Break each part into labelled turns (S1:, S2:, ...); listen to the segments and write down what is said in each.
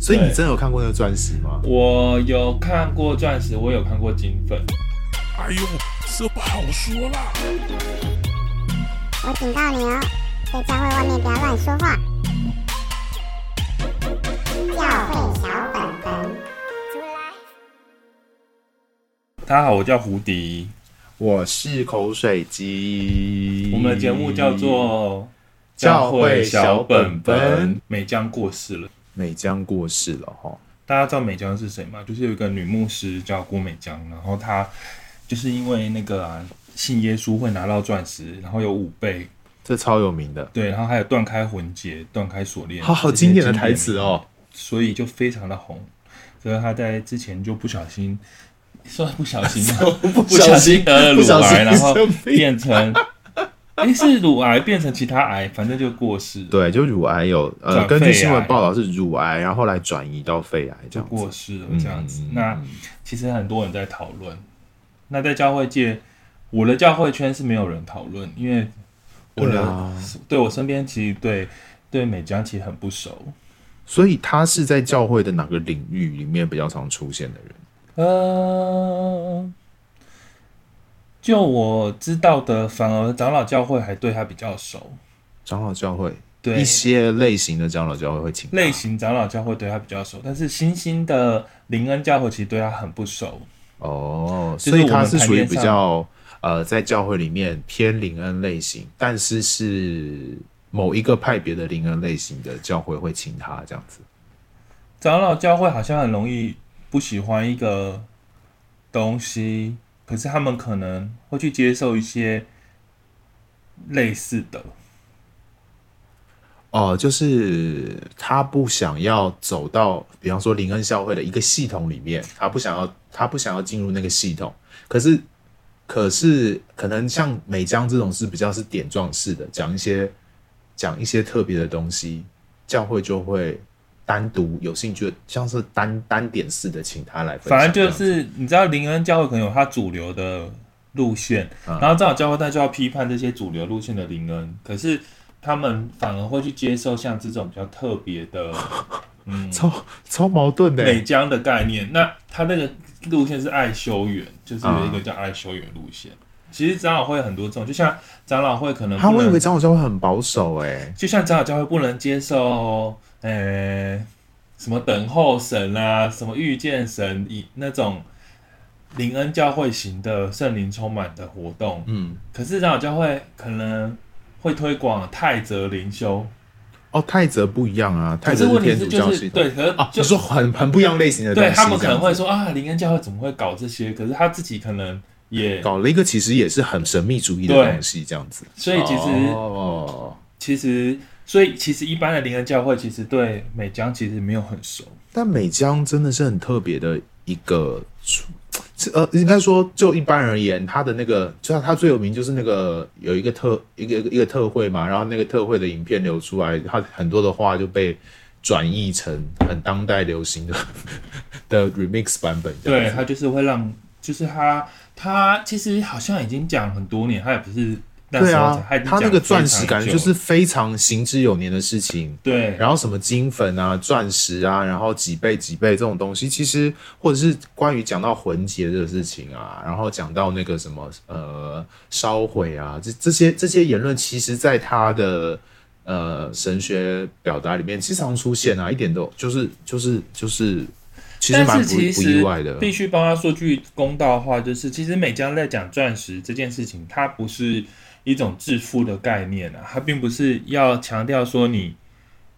S1: 所以你真的有看过那个钻石吗？
S2: 我有看过钻石，我有看过金粉。
S3: 哎呦，这不好说啦。
S4: 我警告你哦，在教会外面不要乱说话。教会小本本，
S2: 大家好，我叫胡迪，
S1: 我是口水鸡。
S2: 我们的节目叫做
S1: 教会小本本
S2: 美江过世了，
S1: 美江过世了哈。
S2: 大家知道美江是谁吗？就是有一个女牧师叫郭美江，然后她就是因为那个、啊、信耶稣会拿到钻石，然后有五倍，
S1: 这超有名的，
S2: 对，然后还有断开魂结、断开锁链，
S1: 好好经典的台词哦。
S2: 所以就非常的红。所以他在之前就不小心，算不小心吗 不小心得了乳癌，然后变成，哎、是乳癌变成其他癌，反正就过世了，
S1: 对，就乳癌有呃，
S2: 转
S1: 根
S2: 肺
S1: 据新闻
S2: 癌
S1: 报道是乳癌，然后后来转移到肺癌这
S2: 就
S1: 样子。
S2: 过世了这样子。那其实很多人在讨论，那在教会界，我的教会圈是没有人讨论，因为我
S1: 对
S2: 的、
S1: 啊，
S2: 对我身边其实对对美江其实很不熟，
S1: 所以他是在教会的哪个领域里面比较常出现的人？
S2: 呃，就我知道的，反而长老教会还对他比较熟。
S1: 长老教会，
S2: 对
S1: 一些类型的长老教会会请他
S2: 类型长老教会对他比较熟，但是新兴的灵恩教会其实对他很不熟。
S1: 哦，
S2: 就是
S1: 所以
S2: 我们
S1: 他是
S2: 台
S1: 属于
S2: 面
S1: 比
S2: 上
S1: 较呃，在教会里面偏灵恩类型，但是是某一个派别的灵恩类型的教会会请他这样子。
S2: 长老教会好像很容易不喜欢一个东西，可是他们可能会去接受一些类似的。
S1: 哦，就是他不想要走到，比方说灵恩教会的一个系统里面，他不想要，他不想要进入那个系统。可是，可是可能像美江这种是比较是点状式的，讲一些讲一些特别的东西，教会就会单独有兴趣的，像是单单点式的请他来分享
S2: 反正
S1: 这样
S2: 就
S1: 子。
S2: 是你知道灵恩教会可能有它主流的路线，然后长老教会他就要批判这些主流路线的灵恩，可是他们反而会去接受像这种比较特别的
S1: 超超矛盾的欸，
S2: 美江的概念。那他那个路线是爱修远，就是有一个叫爱修远路线。其实长老会有很多种，就像长老会可能
S1: 他
S2: 不
S1: 我以为
S2: 能，
S1: 长老教会很保守哎，
S2: 就像长老教会不能接受，呃、
S1: 嗯
S2: 什么等候神啊，什么遇见神以那种灵恩教会型的圣灵充满的活动。
S1: 嗯，
S2: 可是长老教会可能会推广泰泽灵修，
S1: 哦，泰泽不一样啊，泰
S2: 可
S1: 泽
S2: 是问题
S1: 天主
S2: 是
S1: 教
S2: 就
S1: 系
S2: 是
S1: 统。
S2: 对，可是
S1: 啊，
S2: 就
S1: 就说很很不一样类型的东西，
S2: 对他们可
S1: 这
S2: 能
S1: 样
S2: 会
S1: 子
S2: 说啊，灵恩教会怎么会搞这些？可是他自己可能也，
S1: 搞了一个其实也是很神秘主义的
S2: 对
S1: 东西，这样子。
S2: 所以其实、
S1: 哦，
S2: 其实所以其实一般的灵恩教会其实对美江其实没有很熟，
S1: 但美江真的是很特别的一个出，这呃，应该说就一般而言，他的那个，就像他最有名就是那个有一个特一个一个特会嘛，然后那个特会的影片流出来，他很多的话就被转译成很当代流行的 的 remix 版本这
S2: 对
S1: 样子。
S2: 他就是会让，就是他他其实好像已经讲很多年，他也不是那
S1: 对
S2: 时候才
S1: 啊
S2: 他已，经
S1: 他那
S2: 讲
S1: 个
S2: 非
S1: 钻石
S2: 常
S1: 感觉
S2: 久
S1: 就是非常行之有年的事情。
S2: 对，
S1: 然后什么金粉啊、钻石啊，然后几倍几倍这种东西，其实或者是关于讲到魂结这个事情啊，然后讲到那个什么呃烧毁啊，这这些这些言论，其实在他的呃神学表达里面经常出现啊，一点都就是就是就是，其实蛮
S2: 但是
S1: 不
S2: 其
S1: 不意
S2: 实
S1: 外的。
S2: 必须帮他说句公道话，就是其实美江在讲钻石这件事情，它不是一种致富的概念啊，它并不是要强调说你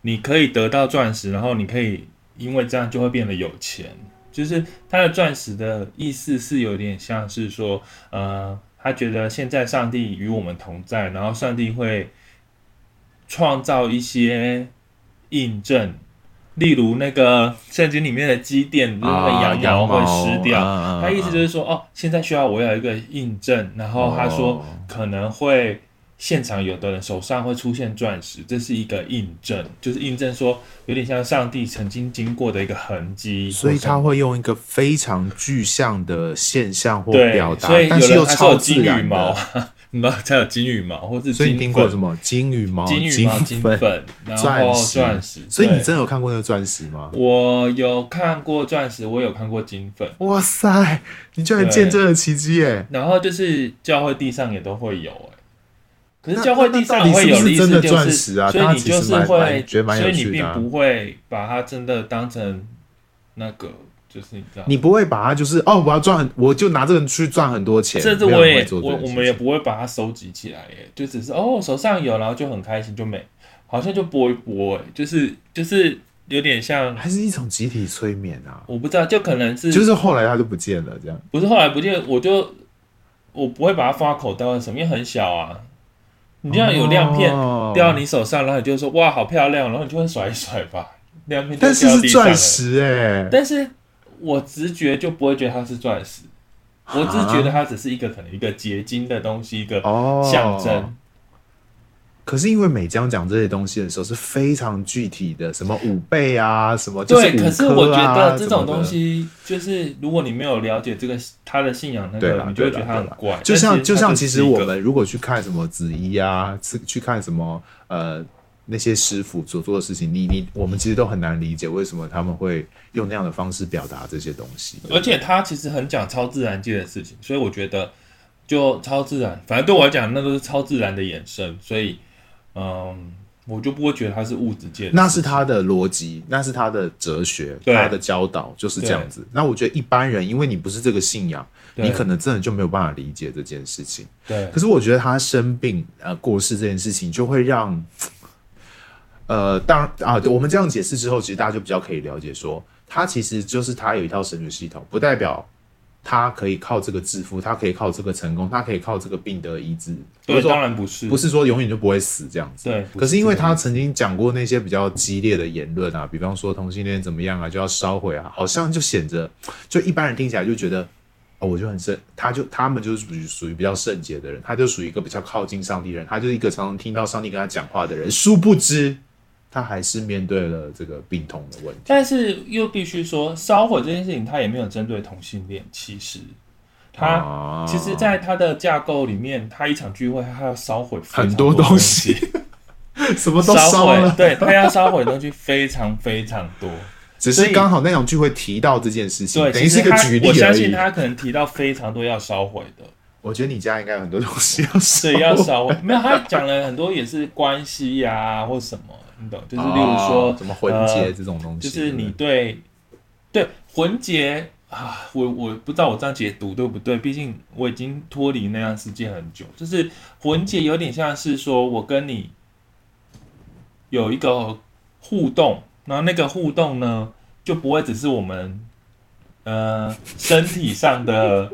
S2: 你可以得到钻石，然后你可以因为这样就会变得有钱。就是他的钻石的意思是有点像是说，呃，他觉得现在上帝与我们同在，然后上帝会创造一些印证，例如那个圣经里面的基甸，就是那个
S1: 啊
S2: 羊毛会湿掉。
S1: 啊啊啊
S2: 他意思就是说，哦，现在需要我有一个印证，然后他说
S1: 哦
S2: 可能会现场有的人手上会出现钻石，这是一个印证，就是印证说有点像上帝曾经经过的一个痕迹，
S1: 所以他
S2: 或
S1: 会用一个非常具象的现象或
S2: 对
S1: 表达
S2: 所以，有
S1: 但是
S2: 人
S1: 又
S2: 还说
S1: 超
S2: 有
S1: 自
S2: 金
S1: 然
S2: 羽毛
S1: 的，
S2: 你知道才有金羽毛或是
S1: 所以你
S2: 金
S1: 听过
S2: 粉
S1: 什么金羽毛、
S2: 金羽毛、金
S1: 粉、
S2: 粉，然后
S1: 钻
S2: 钻
S1: 石
S2: 石。
S1: 所以你
S2: 对
S1: 真的有看过那个钻石吗？
S2: 我有看过钻石，我有看过金粉，
S1: 哇塞，你居然
S2: 对
S1: 见证了奇迹耶！
S2: 然后就是教会地上也都会有哎、可是
S1: 那
S2: 教会地上会有
S1: 那那到底是不是
S2: 的意
S1: 真
S2: 思
S1: 的
S2: 就
S1: 钻
S2: 是，
S1: 石啊
S2: 所以
S1: 大家
S2: 你
S1: 其
S2: 就
S1: 实
S2: 是
S1: 蛮
S2: 会
S1: 蛮觉得，蛮有
S2: 所以你
S1: 趣的
S2: 并
S1: 啊
S2: 不会把它真的当成那个，就是你知道，
S1: 你不会把它就是哦，我要赚很，我就拿这个去赚很多钱。
S2: 甚至
S1: 没有
S2: 我
S1: 人会
S2: 也
S1: 做这
S2: 我
S1: 件
S2: 我
S1: 事
S2: 们也
S1: 情
S2: 不会把它收集起来耶，就只是哦手上有，然后就很开心就没，好像就拨一拨哎，就是就是有点像，
S1: 还是一种集体催眠啊，
S2: 我不知道，就可能是
S1: 就是后来它就不见了这样。
S2: 不是后来不见，我就我不会把它放到口袋或什么，因为很小啊。你这样有亮片
S1: 哦
S2: 掉到你手上，然后你就说哇好漂亮，哦然后你就会甩一甩吧，亮片就
S1: 但是
S2: 掉到
S1: 是
S2: 地上了
S1: 钻，石哎、
S2: 但是我直觉就不会觉得它是钻石，我只是觉得它只是一个可能一个结晶的东西，一个
S1: 啊哦
S2: 象征。
S1: 可是因为美江讲这些东西的时候是非常具体的，什么五倍啊，什么就是
S2: 对，可是
S1: 五颗
S2: 我觉
S1: 啊
S2: 得这种东。西就是什么的如果你没有了解这个他的信仰那
S1: 对
S2: 个
S1: 啦，
S2: 你就会觉
S1: 对
S2: 得
S1: 啦
S2: 它很怪。
S1: 就
S2: 但
S1: 像
S2: 它
S1: 就像，其
S2: 是
S1: 实
S2: 一
S1: 我
S2: 个
S1: 们如果去看什么紫衣啊，去去看什么呃那些师傅所做的事情，你你我们其实都很难理解为什么他们会用那样的方式表达这些东西。
S2: 而且他其实很讲超自然界的事情，所以我觉得就超自然，反正对我来讲，那都是超自然的衍生，所以嗯，我就不会觉得它是物质界的。
S1: 那是他的逻辑，那是他的哲学，
S2: 对
S1: 他的教导就是这样子。那我觉得一般人，因为你不是这个信仰，
S2: 对
S1: 你可能真的就没有办法理解这件事情。
S2: 对
S1: 可是我觉得他生病呃过世这件事情，就会让呃，当然啊，我们这样解释之后，其实大家就比较可以了解说，他其实就是他有一套神学系统，不代表。他可以靠这个致富，他可以靠这个成功，他可以靠这个病得医治。
S2: 对，
S1: 或者说
S2: 当然不是，
S1: 不是说永远就不会死这样子。
S2: 对不是
S1: 可是因为他曾经讲过那些比较激烈的言论啊，比方说同性恋怎么样啊，就要烧毁啊，好像就显着，就一般人听起来就觉得，哦，我就很圣，他就他们就是属于属于比较圣洁的人，他就属于一个比较靠近上帝的人，他就是一个常常听到上帝跟他讲话的人。殊不知，他还是面对了这个病痛的问题。
S2: 但是又必须说，烧毁这件事情，它也没有针对同性恋。其实，它
S1: 啊
S2: 其实，在它的架构里面，它一场聚会，它要烧毁非常
S1: 很多东
S2: 东
S1: 西， 什么都
S2: 烧
S1: 烧
S2: 毁
S1: 了，，
S2: 对，它要烧毁的东西非常非常 多。
S1: 只
S2: 所
S1: 是
S2: 以
S1: 刚好那场聚会提到这件事情，
S2: 对，
S1: 等于是一个
S2: 其实他
S1: 举例而已。
S2: 我相信他可能提到非常多要烧毁的，
S1: 我觉得你家应该有很多东西要烧
S2: 所以要烧毁。没有，他讲了很多也是关系呀、或什么，你懂？就是例如说、
S1: 哦什么婚结
S2: 呃
S1: 这种东西，
S2: 就是
S1: 对
S2: 你
S1: 不对
S2: 对对魂结啊，我我不知道我这样解读对不对，毕竟我已经脱离那样世界很久。就是魂结有点像是说我跟你有一个互动，然后那个互动呢就不会只是我们呃身体上 的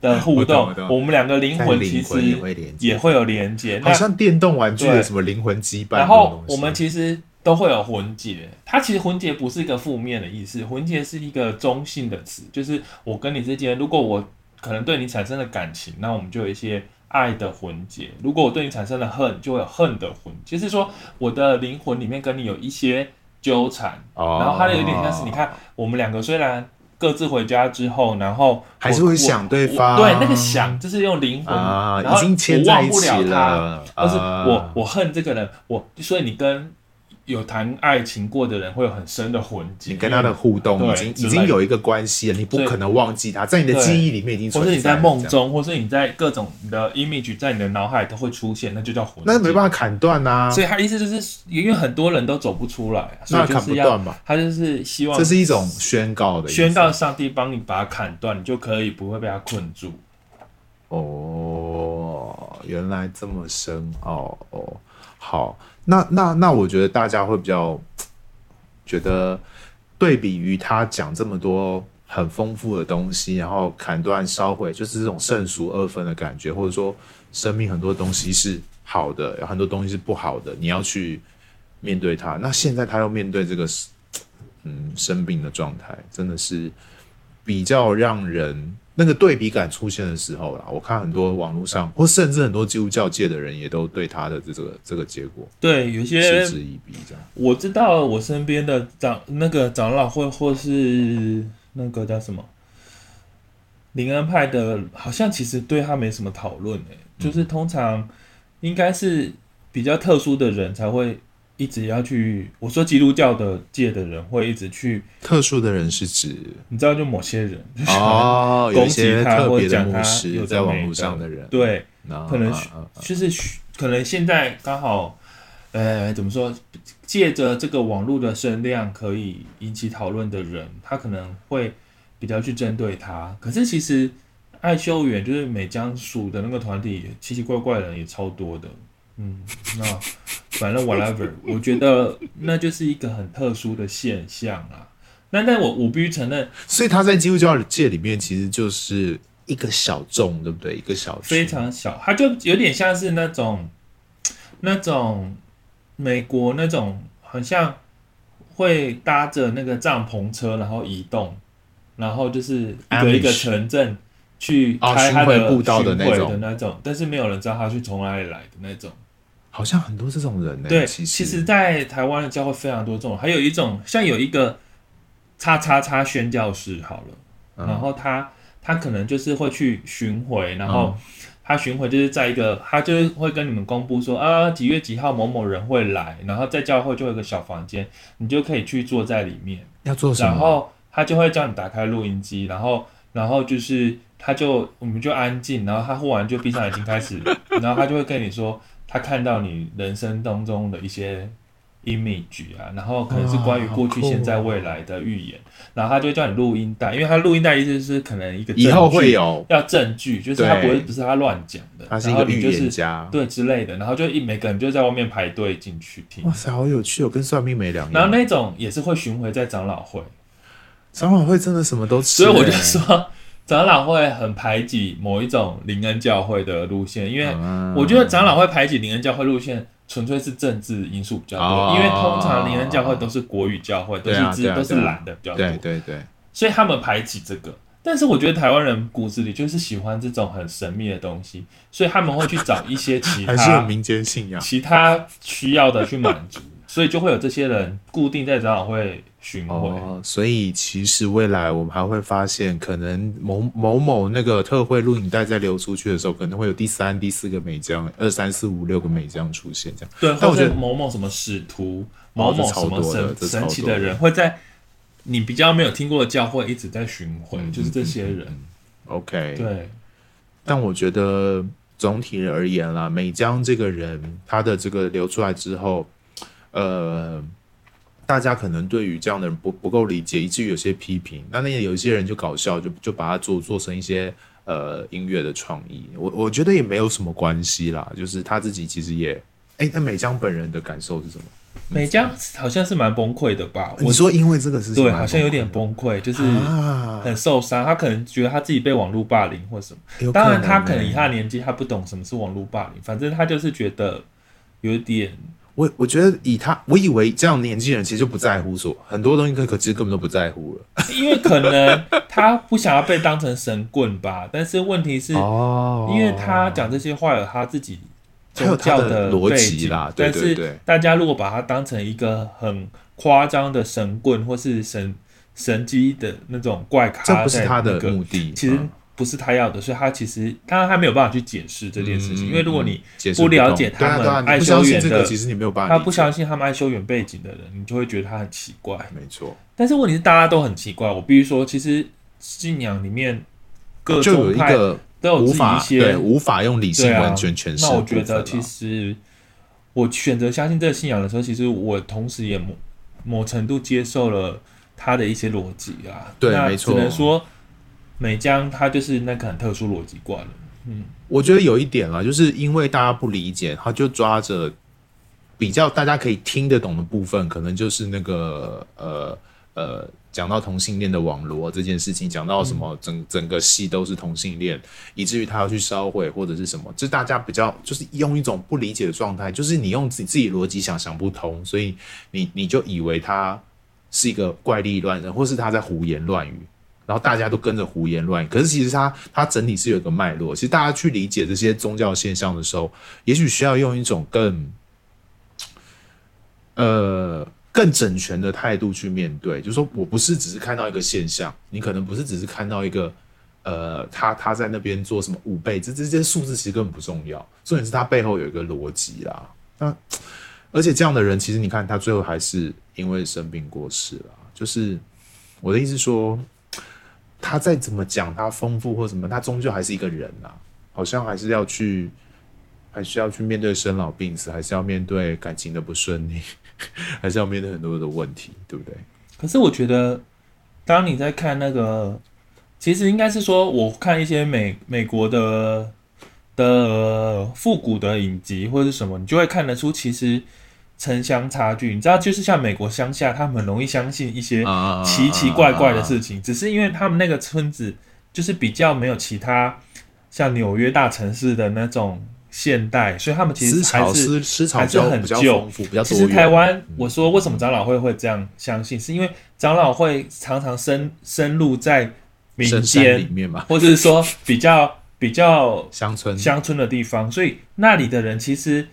S2: 的互
S1: 我
S2: 动
S1: 懂我，懂
S2: 我们两个灵魂
S1: 但
S2: 其
S1: 灵
S2: 实
S1: 魂也会连接
S2: 也会有连接。那
S1: 好像电动玩具的
S2: 对
S1: 什么灵魂羁绊这种东西，
S2: 然后我们其实都会有魂结，它其实魂结不是一个负面的意思，魂结是一个中性的词，就是我跟你之间，如果我可能对你产生了感情，那我们就有一些爱的魂结；如果我对你产生了恨，就会有恨的魂。就是说，我的灵魂里面跟你有一些纠缠，
S1: 哦
S2: 然后它有点像是你看，我们两个虽然。各自回家之后，然后我
S1: 还是会想对方
S2: 我对，那个想就是用灵魂，
S1: 啊
S2: 然后
S1: 已经牵
S2: 我
S1: 在
S2: 忘
S1: 一
S2: 不
S1: 起
S2: 了他，
S1: 了，
S2: 但是
S1: 啊
S2: 我我恨这个人，我所以你跟有谈爱情过的人会有很深的嗯魂结，
S1: 你跟他的互动
S2: 对
S1: 已经
S2: 之类
S1: 已
S2: 的
S1: 经有一个关系了，你不
S2: 对
S1: 可能忘记他，在你的
S2: 对
S1: 记忆里面已经
S2: 或
S1: 存在
S2: 是
S1: 了。
S2: 你在梦
S1: 这样，
S2: 中，或是你在各种你的 image 在你的脑海都会出现，那就叫魂。
S1: 那没
S2: 法。
S1: 办法砍断啊呐
S2: 所。以他意思就是，因为很多人都走不出来，啊所以就
S1: 砍不
S2: 是要
S1: 断嘛
S2: 他就是希望
S1: 这是一种宣告的意思
S2: 宣告上帝帮你把它砍断，你就可以不会被他困住。
S1: 哦，原来这么深奥哦。好，那那那，我觉得大家会比较觉得，对比于他讲这么多很丰富的东西，然后砍断烧毁，就是这种圣俗二分的感觉，或者说生命很多东西是好的，有很多东西是不好的，你要去面对它。那现在他又面对这个嗯生病的状态，真的是。比较让人那个对比感出现的时候啦，我看很多网络
S2: 嗯
S1: 上，或甚至很多基督教界的人也都对他的这个这个结果
S2: 对，有些
S1: 嗤之以鼻，这样。
S2: 我知道我身边的长那个长老会或是那个叫什么林恩派的，好像其实对他没什么讨论诶，就是通常应该是比较特殊的人才会一直要去，我说基督教的界的人会一直去，
S1: 特殊的人是指
S2: 你知道就某些人，就是
S1: 哦，有
S2: 攻
S1: 一
S2: 击
S1: 些
S2: 他
S1: 特
S2: 或
S1: 别的
S2: 讲他
S1: 牧
S2: 有
S1: 师
S2: 的
S1: 在网
S2: 没
S1: 络
S2: 的
S1: 上的人，
S2: 对，
S1: 啊，
S2: 可能
S1: 啊啊啊
S2: 就是需可能现在刚好，呃，怎么说？借着这个网络的声量，可以引起讨论的人，他可能会比较去针对他。可是其实爱修园就是美江属的那个团体，奇奇怪怪的人也超多的。嗯，那反正 whatever，我觉得那就是一个很特殊的现象啊。那但我我必须承认，
S1: 所以他在基督教界里面其实就是一个小众，对不对？一个小
S2: 非
S1: 众
S2: 常小，它就有点像是那种那种美国那种，好像会搭着那个帐篷车，然后移动，然后就是一个
S1: Amish
S2: 一个城镇去
S1: 哦
S2: 开它的
S1: 巡回步道的那种
S2: 巡回的那种，但是没有人知道他去从哪里来的那种。
S1: 好像很多这种人呢、
S2: 对，
S1: 其
S2: 其
S1: 实
S2: 在台湾的教会非常多这种，还有一种像有一个叉叉叉宣教士好了。
S1: 嗯
S2: 然后他他可能就是会去巡回，然后他巡回就是在一个，他就是会跟你们公布说啊几月几号某某人会来，然后在教会就有一个小房间，你就可以去坐在里面，
S1: 要做什么？
S2: 然后他就会叫你打开录音机，然后然后就是他就我们就安静，然后他忽然就闭上眼睛开始， 然后他就会跟你说他看到你人生当中的一些 image 啊，然后可能是关于过
S1: 哇
S2: 去、
S1: 好酷哦
S2: 现在、未来的预言，然后他就会叫你录音带，因为他录音带意思是可能一个
S1: 以后
S2: 证据
S1: 会有，
S2: 要证据，就是他不
S1: 对
S2: 会不是他乱讲的，
S1: 他是一
S2: 然
S1: 个
S2: 后你
S1: 预
S2: 就是
S1: 言家。
S2: 对之类的，然后就一每个人就在外面排队进去听
S1: 哇。塞，好有趣哦，跟算命没两样。
S2: 然后那种也是会巡回在长老会，
S1: 长老会真的什么都吃、
S2: 所以我就
S1: 欸
S2: 说，长老会很排挤某一种灵恩教会的路线，因为
S1: 啊
S2: 我觉得长老会排挤灵恩教会路线，纯粹是政治因素比较
S1: 哦
S2: 多。因为通常灵恩教会都是国语教会，都
S1: 对
S2: 是
S1: 啊
S2: 支
S1: 对啊
S2: 都是
S1: 对啊
S2: 懒的比较多
S1: 对，对对，
S2: 所以他们排挤这个。但是我觉得台湾人骨子里就是喜欢这种很神秘的东西，所以他们会去找一些其
S1: 还是有
S2: 他
S1: 民间信仰。
S2: 其他需要的去满足，所以就会有这些人固定在长老会巡回。
S1: 哦，所以其实未来我们还会发现，可能某某某那个特惠录影带在流出去的时候，可能会有第三、第四个美江，二三四五六个美江出现这样。
S2: 对，
S1: 但
S2: 或
S1: 我觉
S2: 者
S1: 得
S2: 某某什么使徒，某
S1: 哦
S2: 某
S1: 这超
S2: 什么
S1: 多的
S2: 神
S1: 这超
S2: 神奇
S1: 多
S2: 的
S1: 的
S2: 人，会在你比较没有听过的教会一直在巡回，
S1: 嗯
S2: 就是这些人。
S1: OK，
S2: 对，
S1: 但我觉得总体而言啦，美江这个人，他的这个流出来之后，呃，大家可能对于这样的人不不够理解，以至于有些批评。那那有一些人就搞笑，就就把它做做成一些呃音乐的创意。我我觉得也没有什么关系啦，就是他自己其实也，哎，那美江本人的感受是什么？
S2: 美江好像是蛮崩溃的吧？我
S1: 你说因为这个事情
S2: 对，
S1: 蛮
S2: 好像有点
S1: 崩
S2: 崩溃，就是
S1: 溃的啊，
S2: 很受伤。他可能觉得他自己被网络霸凌或什么。
S1: 有
S2: 当然，他
S1: 欸
S2: 可能以他的年纪，他不懂什么是网络霸凌，反正他就是觉得有点
S1: 我我觉得以他，我以为这样年纪人其实就不在乎所很多东西可，可其实根本都不在乎了。
S2: 因为可能他不想要被当成神棍吧，但是问题是，
S1: 哦
S2: 因为他讲这些话有他自己宗
S1: 他
S2: 教
S1: 有他的逻
S2: 背
S1: 辑
S2: 景
S1: 啦对
S2: 但
S1: 对
S2: 是
S1: 对
S2: 大家如果把他当成一个很夸张的神棍或是神神机的那种怪咖
S1: 这
S2: 在那
S1: 不
S2: 个，
S1: 是他的目的，
S2: 其实
S1: 嗯
S2: 不是他要的，所以他其实当然他没有办法去解释这件事情，
S1: 嗯
S2: 因为如果
S1: 嗯
S2: 你
S1: 解释
S2: 不了
S1: 懂
S2: 解
S1: 对
S2: 他
S1: 啊对啊
S2: 们
S1: 你
S2: 爱
S1: 不
S2: 修
S1: 相
S2: 远
S1: 信这
S2: 的，
S1: 个，其实你没有办法
S2: 他
S1: 理解，
S2: 不相信他们爱修远背景的人，你就会觉得他很奇怪。
S1: 没错，
S2: 但是问题是，大家都很奇怪。我必须说，其实信仰里面各
S1: 就有
S2: 种
S1: 一
S2: 派
S1: 个
S2: 都有
S1: 无
S2: 自己一
S1: 法
S2: 些
S1: 对无法用理性
S2: 对啊
S1: 完全诠释的部分啦。啊
S2: 那我觉得，其实我选择相信这个信仰的时候，其实我同时也某某程度接受了他的一些逻辑啊。
S1: 对
S2: 那
S1: 没错
S2: 只能说美江他就是那个很特殊逻辑挂了。
S1: 我觉得有一点啦，就是因为大家不理解，他就抓着比较大家可以听得懂的部分，可能就是那个呃呃，讲到同性恋的网罗这件事情，讲到什么整整个系都是同性恋，以至于他要去烧毁或者是什么，这大家比较就是用一种不理解的状态，就是你用自己自己逻辑想想不通，所以你你就以为他是一个怪力乱神，或是他在胡言乱语。然后大家都跟着胡言乱语。可是其实它它整体是有一个脉络。其实大家去理解这些宗教现象的时候，也许需要用一种更呃更整全的态度去面对。就是说我不是只是看到一个现象，你可能不是只是看到一个。呃，他他在那边做什么五倍，这这这些数字其实根本不重要，重点是他背后有一个逻辑啦。那而且这样的人，其实你看他最后还是因为生病过世了。就是我的意思说，他再怎么讲他丰富或什么，他终究还是一个人啊，好像还是要去，还是要去面对生老病死，还是要面对感情的不顺利， 还是要面对很多的问题，对不对？
S2: 可是我觉得，当你在看那个，其实应该是说，我看一些美美国的的复古的影集或者是什么，你就会看得出其实城乡差距。你知道，就是像美国乡下，他们很容易相信一些
S1: 啊
S2: 奇奇怪怪的事情，只是因为他们那个村子就是比较没有其他像纽约大城市的那种现代，所以他们其
S1: 思
S2: 实还
S1: 潮
S2: 是
S1: 思思潮
S2: 还
S1: 比
S2: 是
S1: 较
S2: 很
S1: 比较
S2: 旧
S1: 丰富，比较
S2: 其
S1: 多
S2: 实
S1: 元。嗯
S2: 台湾，我说为什么长老会会这样相信，是因为长老会常常深深入在民
S1: 深山里
S2: 间，
S1: 面嘛，
S2: 或者是说比较比较
S1: 乡村
S2: 乡村的地方，所以那里的人其实，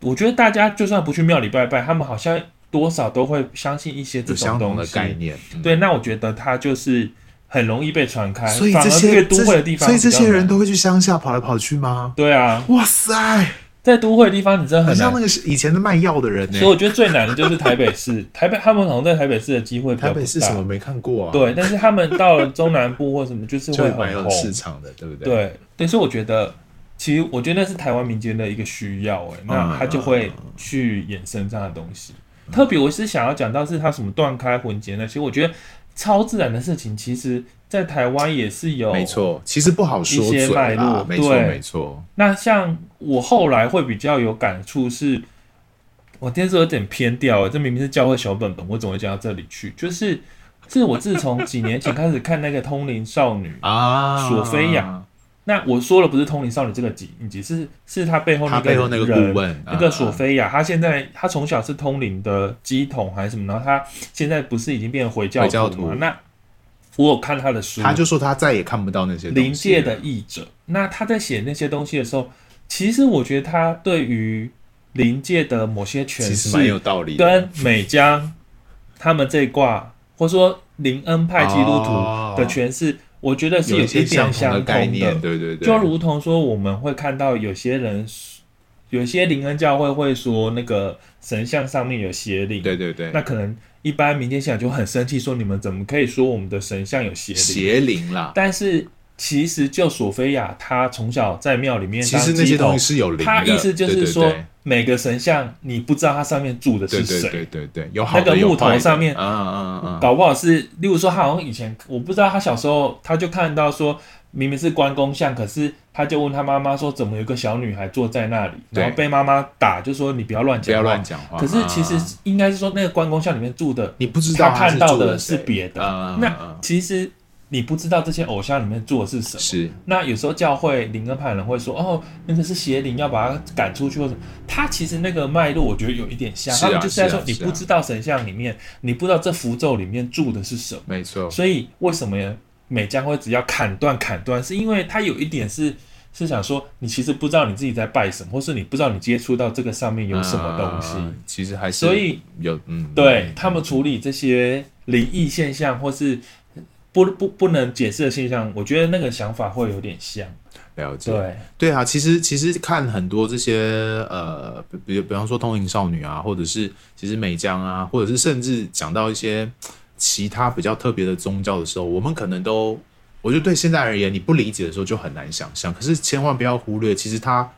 S2: 我觉得大家就算不去庙里拜拜，他们好像多少都会相信一些这
S1: 有相同
S2: 种东
S1: 的
S2: 西。
S1: 概念。嗯
S2: 对，那我觉得它就是很容易被传开，
S1: 所以
S2: 反
S1: 这
S2: 而越
S1: 些
S2: 都会的地方
S1: 所以
S2: 比较
S1: 这
S2: 难，
S1: 些人都会去乡下跑来跑去吗？
S2: 对啊，
S1: 哇塞，
S2: 在都会的地方你真的
S1: 很
S2: 很难
S1: 像那个以前的卖药的人呢、
S2: 所以我觉得最难的就是台 北市，台北他们好像在台北市的机会比较
S1: 台
S2: 不大
S1: 北是什么？没看过啊？，
S2: 对，但是他们到了中南部或什么，就是
S1: 就
S2: 会
S1: 蛮
S2: 很
S1: 有
S2: 红。
S1: 市场的，对不对？，
S2: 对，但是我觉得，其实我觉得那是台湾民间的一个需要、哎，
S1: 嗯
S2: 那他就会去衍生这样的东西。特别我是想要讲到是他什么断开魂结呢？其实我觉得超自然的事情，其实在台湾也是有，
S1: 没。错，其实不好说
S2: 一些脉
S1: 准
S2: 络
S1: 啦，没错
S2: 对
S1: 没错。
S2: 那像我后来会比较有感触是，我今天是有点偏掉欸了，这明明是教会小本本，我怎么会讲到这里去？就是是我自从几年前开始看那个《通灵少女》
S1: 啊，
S2: 索菲亚，那我说了不是《通灵少女》这个集，集是是她背后那
S1: 他
S2: 个
S1: 背后那个
S2: 人
S1: 顾问，
S2: 那个
S1: 嗯
S2: 索，菲亚，她现在她从小是通灵的鸡桶还是什么，然后她现在不是已经变回教
S1: 回教
S2: 徒嘛？
S1: 徒
S2: 那我有看她的
S1: 嗯
S2: 书，
S1: 他就说他再也看不到那些东西
S2: 临界的译者。那他在写那些东西的时候，其实我觉得他对于临界的某些诠
S1: 其实蛮有
S2: 释，
S1: 道理的，
S2: 跟美江他们这一卦，或者说林恩派基督徒的诠释，我觉得是
S1: 哦有一
S2: 一
S1: 些
S2: 点
S1: 相
S2: 相
S1: 同的概念，
S2: 通的。
S1: 对对对，
S2: 就如同说，我们会看到有些人，有些林恩教会会说那个神像上面有邪灵，
S1: 对对对，
S2: 那可能一般民间信仰就很生气，说你们怎么可以说我们的神像有邪灵？
S1: 邪灵啦，
S2: 但是其实就索菲亚，她从小在庙里面
S1: 其
S2: 当
S1: 实
S2: 鸡
S1: 那些东西
S2: 头
S1: 是有灵的，
S2: 她意思就
S1: 对
S2: 是
S1: 对
S2: 说
S1: 对，
S2: 每个神像你不知道它上面住的
S1: 对
S2: 是
S1: 对对
S2: 谁，
S1: 对对，有好的
S2: 那个
S1: 有
S2: 木头
S1: 坏的
S2: 上面
S1: 啊啊啊啊，
S2: 搞不好是，例如说他好像以前我不知道他小时候他就看到说明明是关公像，可是他就问他妈妈说怎么有一个小女孩坐在那里，
S1: 对
S2: 然后被妈妈打，就说你不要乱
S1: 不
S2: 讲，
S1: 要乱。讲话。
S2: 可是其实
S1: 啊
S2: 应该是说那个关公像里面住的
S1: 你不知
S2: 他
S1: 道
S2: 看
S1: 是
S2: 到
S1: 住
S2: 的
S1: 谁
S2: 是别的，
S1: 啊啊
S2: 那
S1: 啊
S2: 其实你不知道这些偶像里面住的是什么。
S1: 是
S2: 那有时候教会灵恩派的人会说，哦，那个是邪灵，要把他赶出去或者什么。他其实那个脉络，我觉得有一点像，
S1: 是啊
S2: 他们就是在说，
S1: 是啊
S2: 你
S1: 是啊
S2: 不知道神像里面，你不知道这符咒里面住的是什么，
S1: 没错，
S2: 所以为什么美江会只要砍断砍断，是因为他有一点是是想说，你其实不知道你自己在拜什么，或是你不知道你接触到这个上面有什么东西。
S1: 啊其实还是
S2: 所以
S1: 有嗯，
S2: 对他们处理这些灵异现象或是不不不能解释的现象，我觉得那个想法会有点像。
S1: 了解。
S2: 对，
S1: 对啊，其实其实看很多这些呃，比比比方说《通灵少女》啊，或者是其实美江啊，或者是甚至讲到一些其他比较特别的宗教的时候，我们可能都，我觉得对现在而言，你不理解的时候就很难想象。可是千万不要忽略，其实它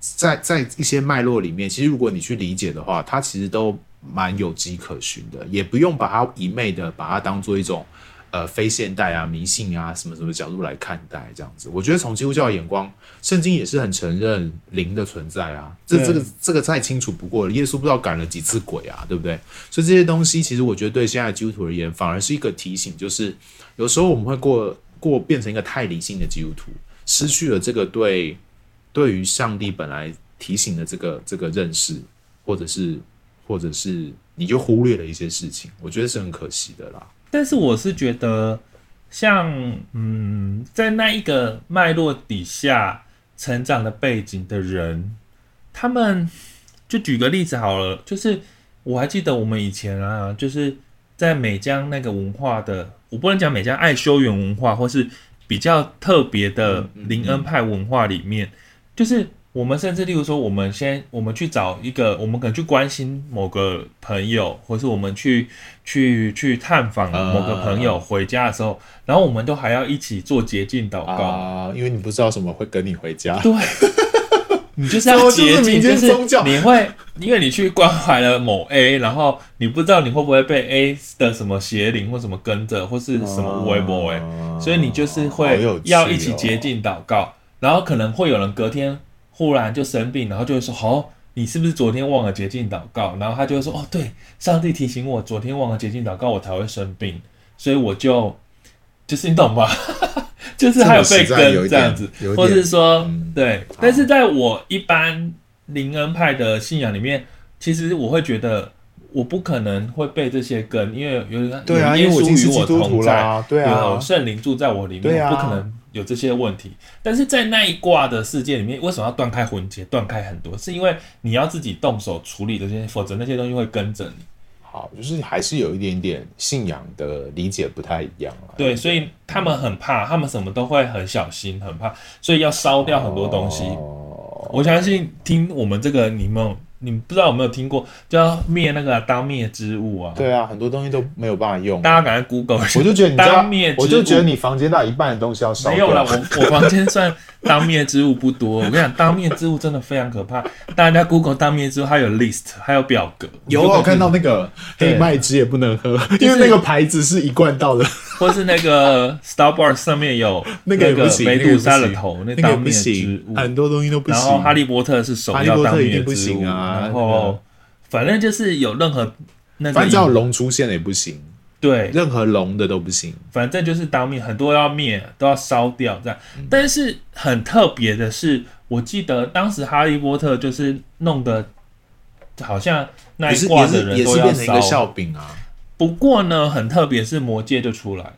S1: 在在一些脉络里面，其实如果你去理解的话，它其实都蛮有迹可循的，也不用把它一昧的把它当做一种呃非现代啊、迷信啊什么什么角度来看待这样子。我觉得从基督教的眼光，圣经也是很承认灵的存在啊，这
S2: 对
S1: 这个这个再清楚不过了。耶稣不知道赶了几次鬼啊，对不对？所以这些东西其实我觉得对现在的基督徒而言，反而是一个提醒，就是有时候我们会过过变成一个太理性的基督徒，失去了这个对对于上帝本来提醒的这个这个认识，或者是或者是你就忽略了一些事情，我觉得是很可惜的啦。
S2: 但是我是觉得像，嗯，在那一个脉络底下成长的背景的人，他们就举个例子好了，就是我还记得我们以前啊，就是在美江那个文化的，我不能讲美江爱修园文化，或是比较特别的
S1: 嗯嗯
S2: 林恩派文化里面，就是我们甚至例如说，我们先我们去找一个，我们可能去关心某个朋友，或是我们去去去探访
S1: 啊
S2: 某个朋友回家的时候，然后我们都还要一起做洁净祷告，
S1: 啊，因为你不知道什么会跟你回家。
S2: 对。 你就是
S1: 这就
S2: 要
S1: 是
S2: 洁净，
S1: 民间
S2: 就是
S1: 宗教
S2: 你会，因为你去关怀了某 A，然后你不知道你会不会被 A 的什么邪灵或什么跟着，或是什
S1: 啊
S2: 么微博哎，所以你就是
S1: 哦好
S2: 会
S1: 有趣哦
S2: 要一起洁净祷告，然后可能会有人隔天忽然就生病，然后就会说：“哦，你是不是昨天忘了洁净祷告？”然后他就会说：“哦，对，上帝提醒我昨天忘了洁净祷告，我才会生病，所以我就就是你懂吗？ 就是还有被
S1: 这么实在有
S2: 跟
S1: 一点
S2: 这样子
S1: 有一，点
S2: 或是说、
S1: 嗯
S2: 对，但是在我一般灵恩派的信仰里面，其实我会觉得。”我不可能会被这些跟，因为有有
S1: 对啊
S2: 耶
S1: 因为我已
S2: 稣
S1: 经是
S2: 与我
S1: 基督徒
S2: 同在
S1: 啦，对啊
S2: 有圣灵住在我里
S1: 对
S2: 面，
S1: 啊
S2: 不可能有这些问题。但是在那一卦的世界里面，为什么要断开魂结，断开很多？是因为你要自己动手处理这些，否则那些东西会跟着你。
S1: 好，就是还是有一点点信仰的理解不太一样啊。
S2: 对，所以他们很怕，他们什么都会很小心，很怕，所以要烧掉很多东西。
S1: 哦
S2: 我相信听我们这个，你们有你们不知道有没有听过，就要灭那个当灭之物啊。，
S1: 对啊，很多东西都没有办法用。
S2: 大家赶快 Google 一下。
S1: 我就觉得你知道
S2: 当灭，之
S1: 我就觉得
S2: 物
S1: 你房间到一半的东西要烧
S2: 没
S1: 掉。
S2: 有啦，我我房间算当面之物不多。我跟你讲，当面之物真的非常可怕。大家 Google 当面之物，它有 list，还有表格。
S1: 有啊
S2: 你就
S1: 我
S2: 可以
S1: 有看到，那个
S2: 对
S1: 黑麦汁也不能喝，因为那个牌子是一罐到的，
S2: 或是那个 Starbucks 上面有
S1: 那个
S2: 个
S1: 也不行，
S2: 梅
S1: 那个也
S2: 杜
S1: 不
S2: 莎的
S1: 行，
S2: 头，
S1: 那个也
S2: 当
S1: 不
S2: 面之
S1: 行
S2: 物，。
S1: 很多东西都不
S2: 然
S1: 行。
S2: 后哈利波特是首
S1: 哈利
S2: 要
S1: 波
S2: 当
S1: 特一定
S2: 面
S1: 不
S2: 之物，
S1: 行啊
S2: 然后反正就是有任何那个
S1: 反正只要有龙出现的也不行，
S2: 对
S1: 任何龙的都不行。
S2: 反正就是当面很多要灭，都要烧掉这样。
S1: 嗯
S2: 但是很特别的是，我记得当时哈利波特就是弄得好像那
S1: 也
S2: 一
S1: 是
S2: 挂
S1: 也
S2: 的
S1: 是
S2: 人
S1: 也
S2: 都
S1: 是
S2: 要
S1: 变成一个
S2: 烧
S1: 笑。柄啊！
S2: 不过呢，很特别是魔戒就出来了。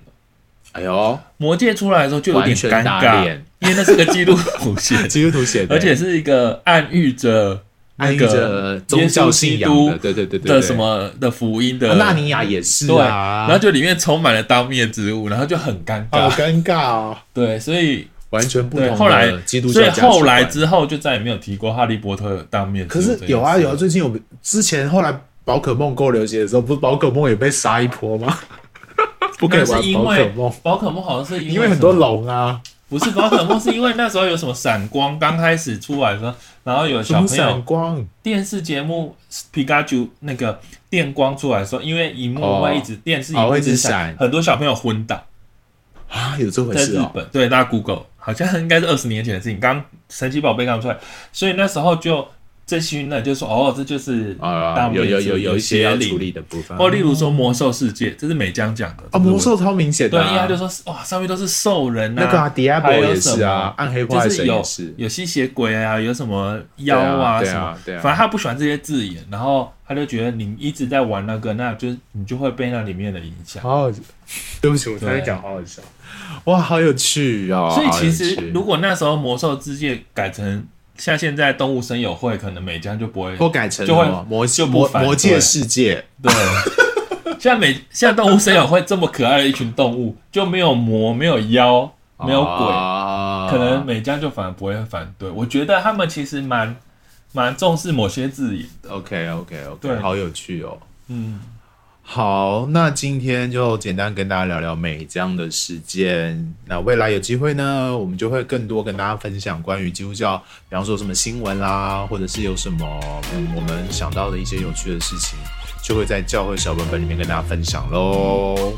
S1: 哎呦，
S2: 魔戒出来的时候就有点
S1: 完全
S2: 尴
S1: 打
S2: 尬，
S1: 脸
S2: 因为那是个基督徒 写的，
S1: 基督徒写的，
S2: 而且是一个暗喻着那
S1: 暗喻
S2: 个
S1: 着宗教信仰
S2: 耶稣基
S1: 的，
S2: 督
S1: 对对对对
S2: 的什么的福音的
S1: 对？纳尼亚也是
S2: 对，
S1: 啊，
S2: 然后就里面充满了当面之物，然后就很尴
S1: 好
S2: 尬。
S1: 尴尬哦，
S2: 对，所以
S1: 完全不
S2: 对，
S1: 同
S2: 后来
S1: 的基督
S2: 所
S1: 教
S2: 以
S1: 价值观。
S2: 后来之后就再也没有提过哈利波特当面之
S1: 可
S2: 物这件
S1: 是
S2: 事。
S1: 有啊有啊，最近有之前后来宝可梦够流行的时候，不是宝可梦也被杀一波 吗？不可以
S2: 那是
S1: 玩
S2: 因
S1: 宝可
S2: 为
S1: 梦，
S2: 宝可梦好像是因
S1: 因为很多
S2: 什么，
S1: 龙啊，
S2: 不是宝可梦，是因为那时候有什么闪光刚开始出来的时候，然后有
S1: 什
S2: 小
S1: 么
S2: 朋
S1: 闪
S2: 友
S1: 光，
S2: 电视节目皮卡丘那个电光出来的时候，因为荧幕
S1: 哦
S2: 会一直电视荧
S1: 哦
S2: 幕
S1: 会
S2: 一
S1: 一直
S2: 直闪，
S1: 闪
S2: 很多小朋友昏倒。
S1: 啊，有这回
S2: 在
S1: 事
S2: 日
S1: 哦。
S2: 本，对，大家 Google 好像应该是二十年前的事情，刚神奇宝贝刚出来，所以那时候就这群人就说，哦，这就是
S1: 啊，
S2: 当
S1: 有有有有一些要
S2: 邪灵
S1: 处理的部分。
S2: 或哦例如说魔兽世界，这是美江讲的
S1: 啊，魔兽超明显
S2: 对
S1: 的
S2: 啊，因为
S1: 啊，
S2: 他就说哇，上面都是兽人啊，
S1: 那个啊
S2: 还有
S1: ，Diablo 也
S2: 什
S1: 是啊
S2: 么，
S1: 暗黑破
S2: 就
S1: 坏
S2: 是
S1: 神
S2: 有
S1: 也是。
S2: 有吸血鬼啊，有什么妖啊
S1: 对啊对啊
S2: 什么，
S1: 对啊
S2: 反正他不喜欢这些字眼，然后他就觉得你一直在玩那个，那就是你就会被那里面的影响。
S1: 好好，对不起，我刚才讲好好笑，哇，好有趣哦。
S2: 所以其实
S1: 好有趣
S2: 如果那时候魔兽世界改成像现在动物森友会，可能美江就不会
S1: 或改成
S2: 就会
S1: 什么魔
S2: 就不
S1: 魔
S2: 反
S1: 魔
S2: 对
S1: 界世界，
S2: 对。像美像动物森友会这么可爱的一群动物，就没有魔，没有妖，没有鬼，
S1: 啊
S2: 可能美江就反而不会反对。我觉得他们其实蛮蛮重视某些字眼的。
S1: OK OK OK，
S2: 对
S1: 好有趣哦。
S2: 嗯，
S1: 好，那今天就简单跟大家聊聊美江的事件。那未来有机会呢，我们就会更多跟大家分享关于基督教，比方说什么新闻啦，或者是有什么嗯我们想到的一些有趣的事情，就会在教会小本本里面跟大家分享喽。